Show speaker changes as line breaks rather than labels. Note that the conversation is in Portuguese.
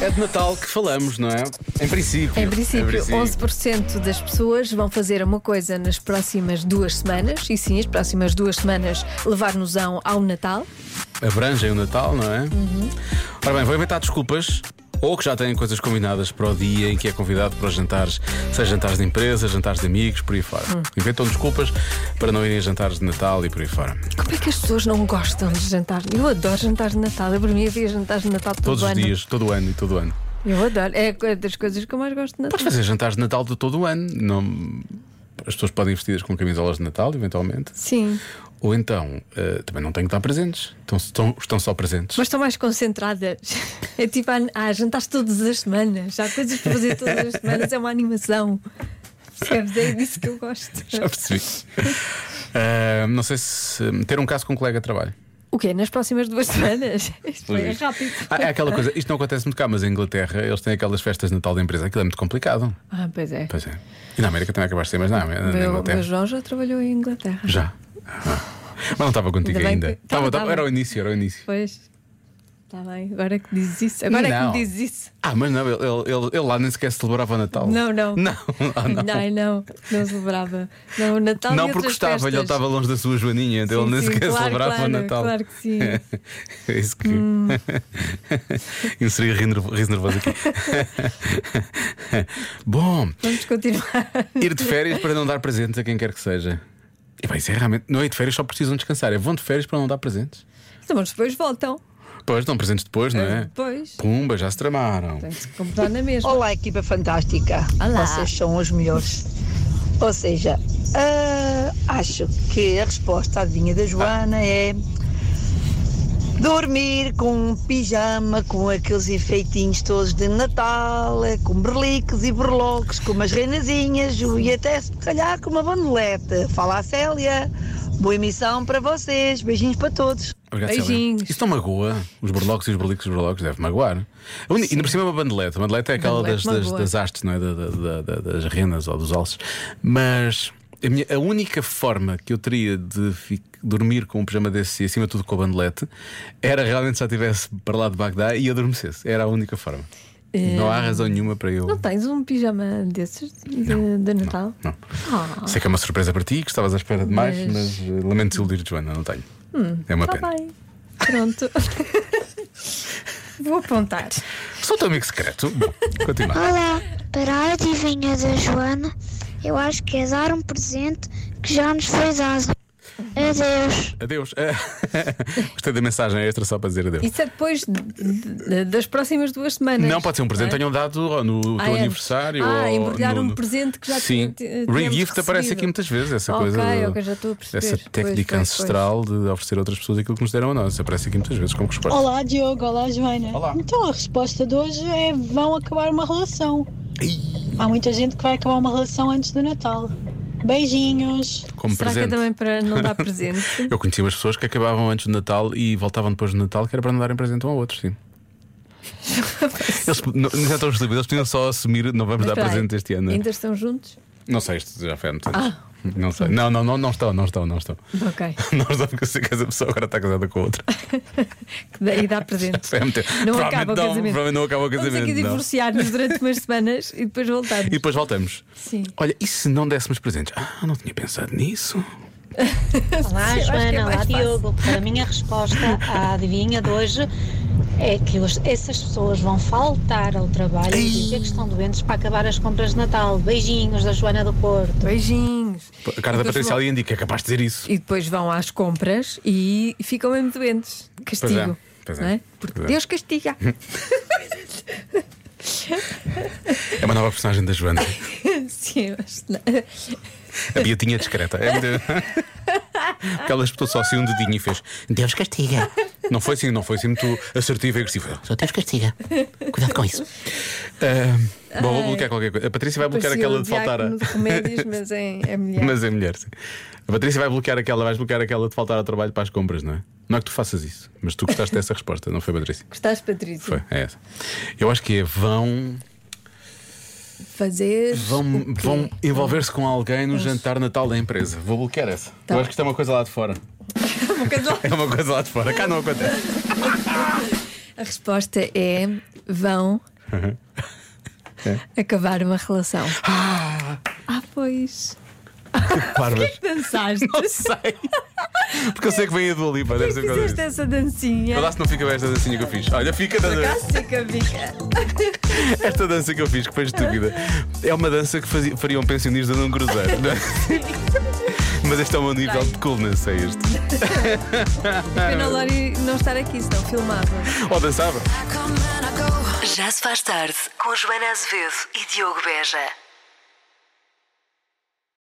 É de Natal que falamos, não é? Em princípio.
Em princípio, 11% das pessoas vão fazer uma coisa nas próximas duas semanas, e sim, as próximas duas semanas levar-nos-ão ao Natal.
Abrangem o Natal, não é?
Uhum.
Ora bem, vou inventar desculpas. Ou que já têm coisas combinadas para o dia em que é convidado para os jantares, seja jantares de empresa, jantares de amigos, por aí fora.
Hum.
Inventam desculpas para não irem a jantares de Natal e por aí fora.
Como é que as pessoas não gostam de jantar? Eu adoro jantar de Natal, eu por mim havia jantar de Natal todo
Todos
ano.
os dias, todo o ano e todo o ano.
Eu adoro, é uma das coisas que eu mais gosto de Natal.
Podes fazer jantares de Natal de todo o ano. Não... As pessoas podem ir vestidas com camisolas de Natal, eventualmente.
Sim,
Ou então, eh, também não têm que estar presentes. Estão, estão, estão só presentes.
mas estão mais concentradas. É tipo, há, há jantares todas as semanas, há coisas para fazer todas as semanas, é uma animação. Percebes? É disso que eu gosto.
Já percebi. Ah, não sei se hum, ter um caso com um colega de trabalho.
O quê? Nas próximas duas semanas? Isto foi
Pois.
rápido.
Ah, é aquela coisa, isto não acontece muito cá, mas em Inglaterra eles têm aquelas festas de Natal da empresa, aquilo é muito complicado.
Ah, pois é.
Pois é. E na América também acabaste de ser, mas na, na
Meu,
Inglaterra.
meu João já trabalhou em Inglaterra.
Já. Ah. Mas não estava contigo
Ainda bem
ainda.
que-
Estava,
Tava,
estava-
tava.
Era o início, era o início.
Pois. Está bem, agora que dizes isso. Agora é
Não.
que me dizes isso.
Ah, mas não, ele, ele- ele- ele lá nem sequer celebrava o Natal.
Não, não.
Não, ah, não.
Não, não, não celebrava. Não, o Natal
Não,
e
porque
outras
estava, ele
festas.
estava longe da sua Joaninha, então
Sim,
ele nem
sim,
sequer
claro,
celebrava
claro,
o Natal.
claro que sim.
é isso que. Inseri riso nervo- riso nervoso aqui. Bom,
Vamos continuar.
ir de férias para não dar presentes a quem quer que seja. E bem, isso é realmente. Não é ir de férias, só precisam descansar. É vão de férias para não dar presentes.
Então, Mas depois voltam.
Pois, dão presentes depois, não é? Oh,
Depois.
Pumba, já se tramaram.
Tem que se comprar na mesma.
Olá, equipa fantástica.
Olá.
Vocês são os melhores. Ou seja, ah, acho que a resposta à vinha da Joana é dormir com um pijama, com aqueles enfeitinhos todos de Natal, eh, com berliques e berloques, com umas renazinhas e até se calhar com uma bandoleta. Fala a Célia. Boa emissão para vocês. Beijinhos para todos.
Obrigado, Célia.
Beijinhos.
Isso não magoa. Os burlocos e os burlicos e os burlocos deve magoar. A uni- E ainda por cima é uma bandeleta. A bandeleta é aquela
Bandelete
das, das,
magoa.
das hastes, não é? Da- da- da- da- das renas ou dos alces. Mas a, minha- a única forma que eu teria de fi- dormir com um pijama desse e acima de tudo com a bandelete era realmente se já estivesse para lá de Bagdá e adormecesse. Era a única forma. Não há razão nenhuma para eu.
Eh, Não tens um pijama desses de, de Natal?
Não.
Ah,
Sei que é uma surpresa para ti, que estavas à espera de mais,
Mas-
mas, eh, lamento desiludir, Joana, não tenho. é uma
está
pena.
tá bem. Pronto. Vou apontar.
Sou teu amigo secreto. Bom, continuar.
Olá, para a adivinha da Joana, eu acho que é dar um presente que já nos foi dado. Adeus.
Adeus. Gostei da mensagem extra só para dizer adeus.
Isso é depois de- de- das próximas duas semanas.
Não pode ser um presente,
não é?
tenham dado ou no teu
Ah, antes.
aniversário.
Ah,
ou
embrulhar
no-
um
no-
presente que já
Sim.
ti- ti-
Regift
tínhamos
aparece
recebido.
aqui muitas vezes, essa
Ok,
coisa. de-
ok, já estou a perceber.
Essa
Pois,
técnica
pois,
ancestral de oferecer a outras pessoas aquilo que nos deram a nós. Aparece aqui muitas vezes, como resposta.
Olá, Diogo. Olá, Joana.
Olá.
Então, a resposta de hoje é vão acabar uma relação. Há muita gente que vai acabar uma relação antes do Natal. Beijinhos.
Como
Será
um presente.
que é também para não dar presente?
Eu conheci umas pessoas que acabavam antes do Natal e voltavam depois do Natal, que era para não darem presente um ao outro, sim. Eles, não, não é tão estúpido, eles tinham só a assumir, não vamos
Mas
dar
espera aí,
presente este ano.
Ainda estão juntos?
Não sei, isto já foi há muitos anos.
Ah.
Não sei. Não, não, não, não estão, não estão, não estão.
Ok.
Não estão porque eu sei que essa pessoa agora está casada com outra.
Que daí dá presente.
Foi há muito tempo.
Não
Provavelmente
acaba o
não,
casamento.
provavelmente não acaba o
Vamos
casamento.
aqui
não.
divorciar-nos durante umas semanas e depois voltarmos.
E depois voltamos.
Sim.
Olha, e se não dessemos presentes? Ah, não tinha pensado nisso.
Olá,
acho que é
Joana.
mais
Olá,
fácil.
Diogo. Para mim, a resposta à adivinha de hoje é que os- essas pessoas vão faltar ao trabalho
Ei.
e dizer que estão doentes para acabar as compras de Natal. Beijinhos da Joana do Porto.
Beijinhos.
A cara da
E depois
Patrícia
vão-
ali indica que é capaz de dizer isso.
E depois vão às compras e ficam mesmo doentes. Castigo.
pois é.
não Porque
Pois é.
Deus castiga.
É uma nova personagem da Joana.
Sim, mas não.
É A Beatinha discreta. É muito... Porque ela espetou só assim um dedinho e fez.
Deus castiga.
Não foi assim, não foi assim muito assertivo e agressivo.
Só Deus castiga. Cuidado com isso.
Ah, bom, vou
Ai.
bloquear qualquer coisa. A Patrícia vai bloquear
Parecia
um aquela
o
de faltar a.
diácono de remédios, mas é, é mulher.
Mas é mulher, sim. A Patrícia vai bloquear aquela, vais bloquear aquela de faltar ao trabalho para as compras, não é? Não é que tu faças isso, mas tu gostaste dessa resposta, não foi, Patrícia?
Gostaste, Patrícia?
Foi, é essa. Eu acho que é vão,
Fazer.
vão,
o quê?
vão envolver-se com alguém no jantar natal da empresa. Vou bloquear essa.
Tá.
Eu acho que isto é uma coisa lá de fora.
Um bocado-
É uma coisa lá de fora. Cá não acontece.
A resposta é: vão Uhum. acabar uma relação. É. Ah, pois.
Parvas.
Dançaste.
Não sei. Porque eu sei que vem a Dua Lipa, deve ser por causa
Fizeste
disso.
essa dancinha.
Olha lá se não fica bem esta dancinha que eu fiz. Olha, fica estás a ver?
Cássica, bica.
esta dança que eu fiz, que foi estúpida. É uma dança que fazia, faria um pensionista num cruzeiro. não é? Mas este é um nível de coolness, é este.
Pena Lori não estar aqui, senão filmava.
Ou dançava.
Já se faz tarde com Joana Azevedo e Diogo Beja.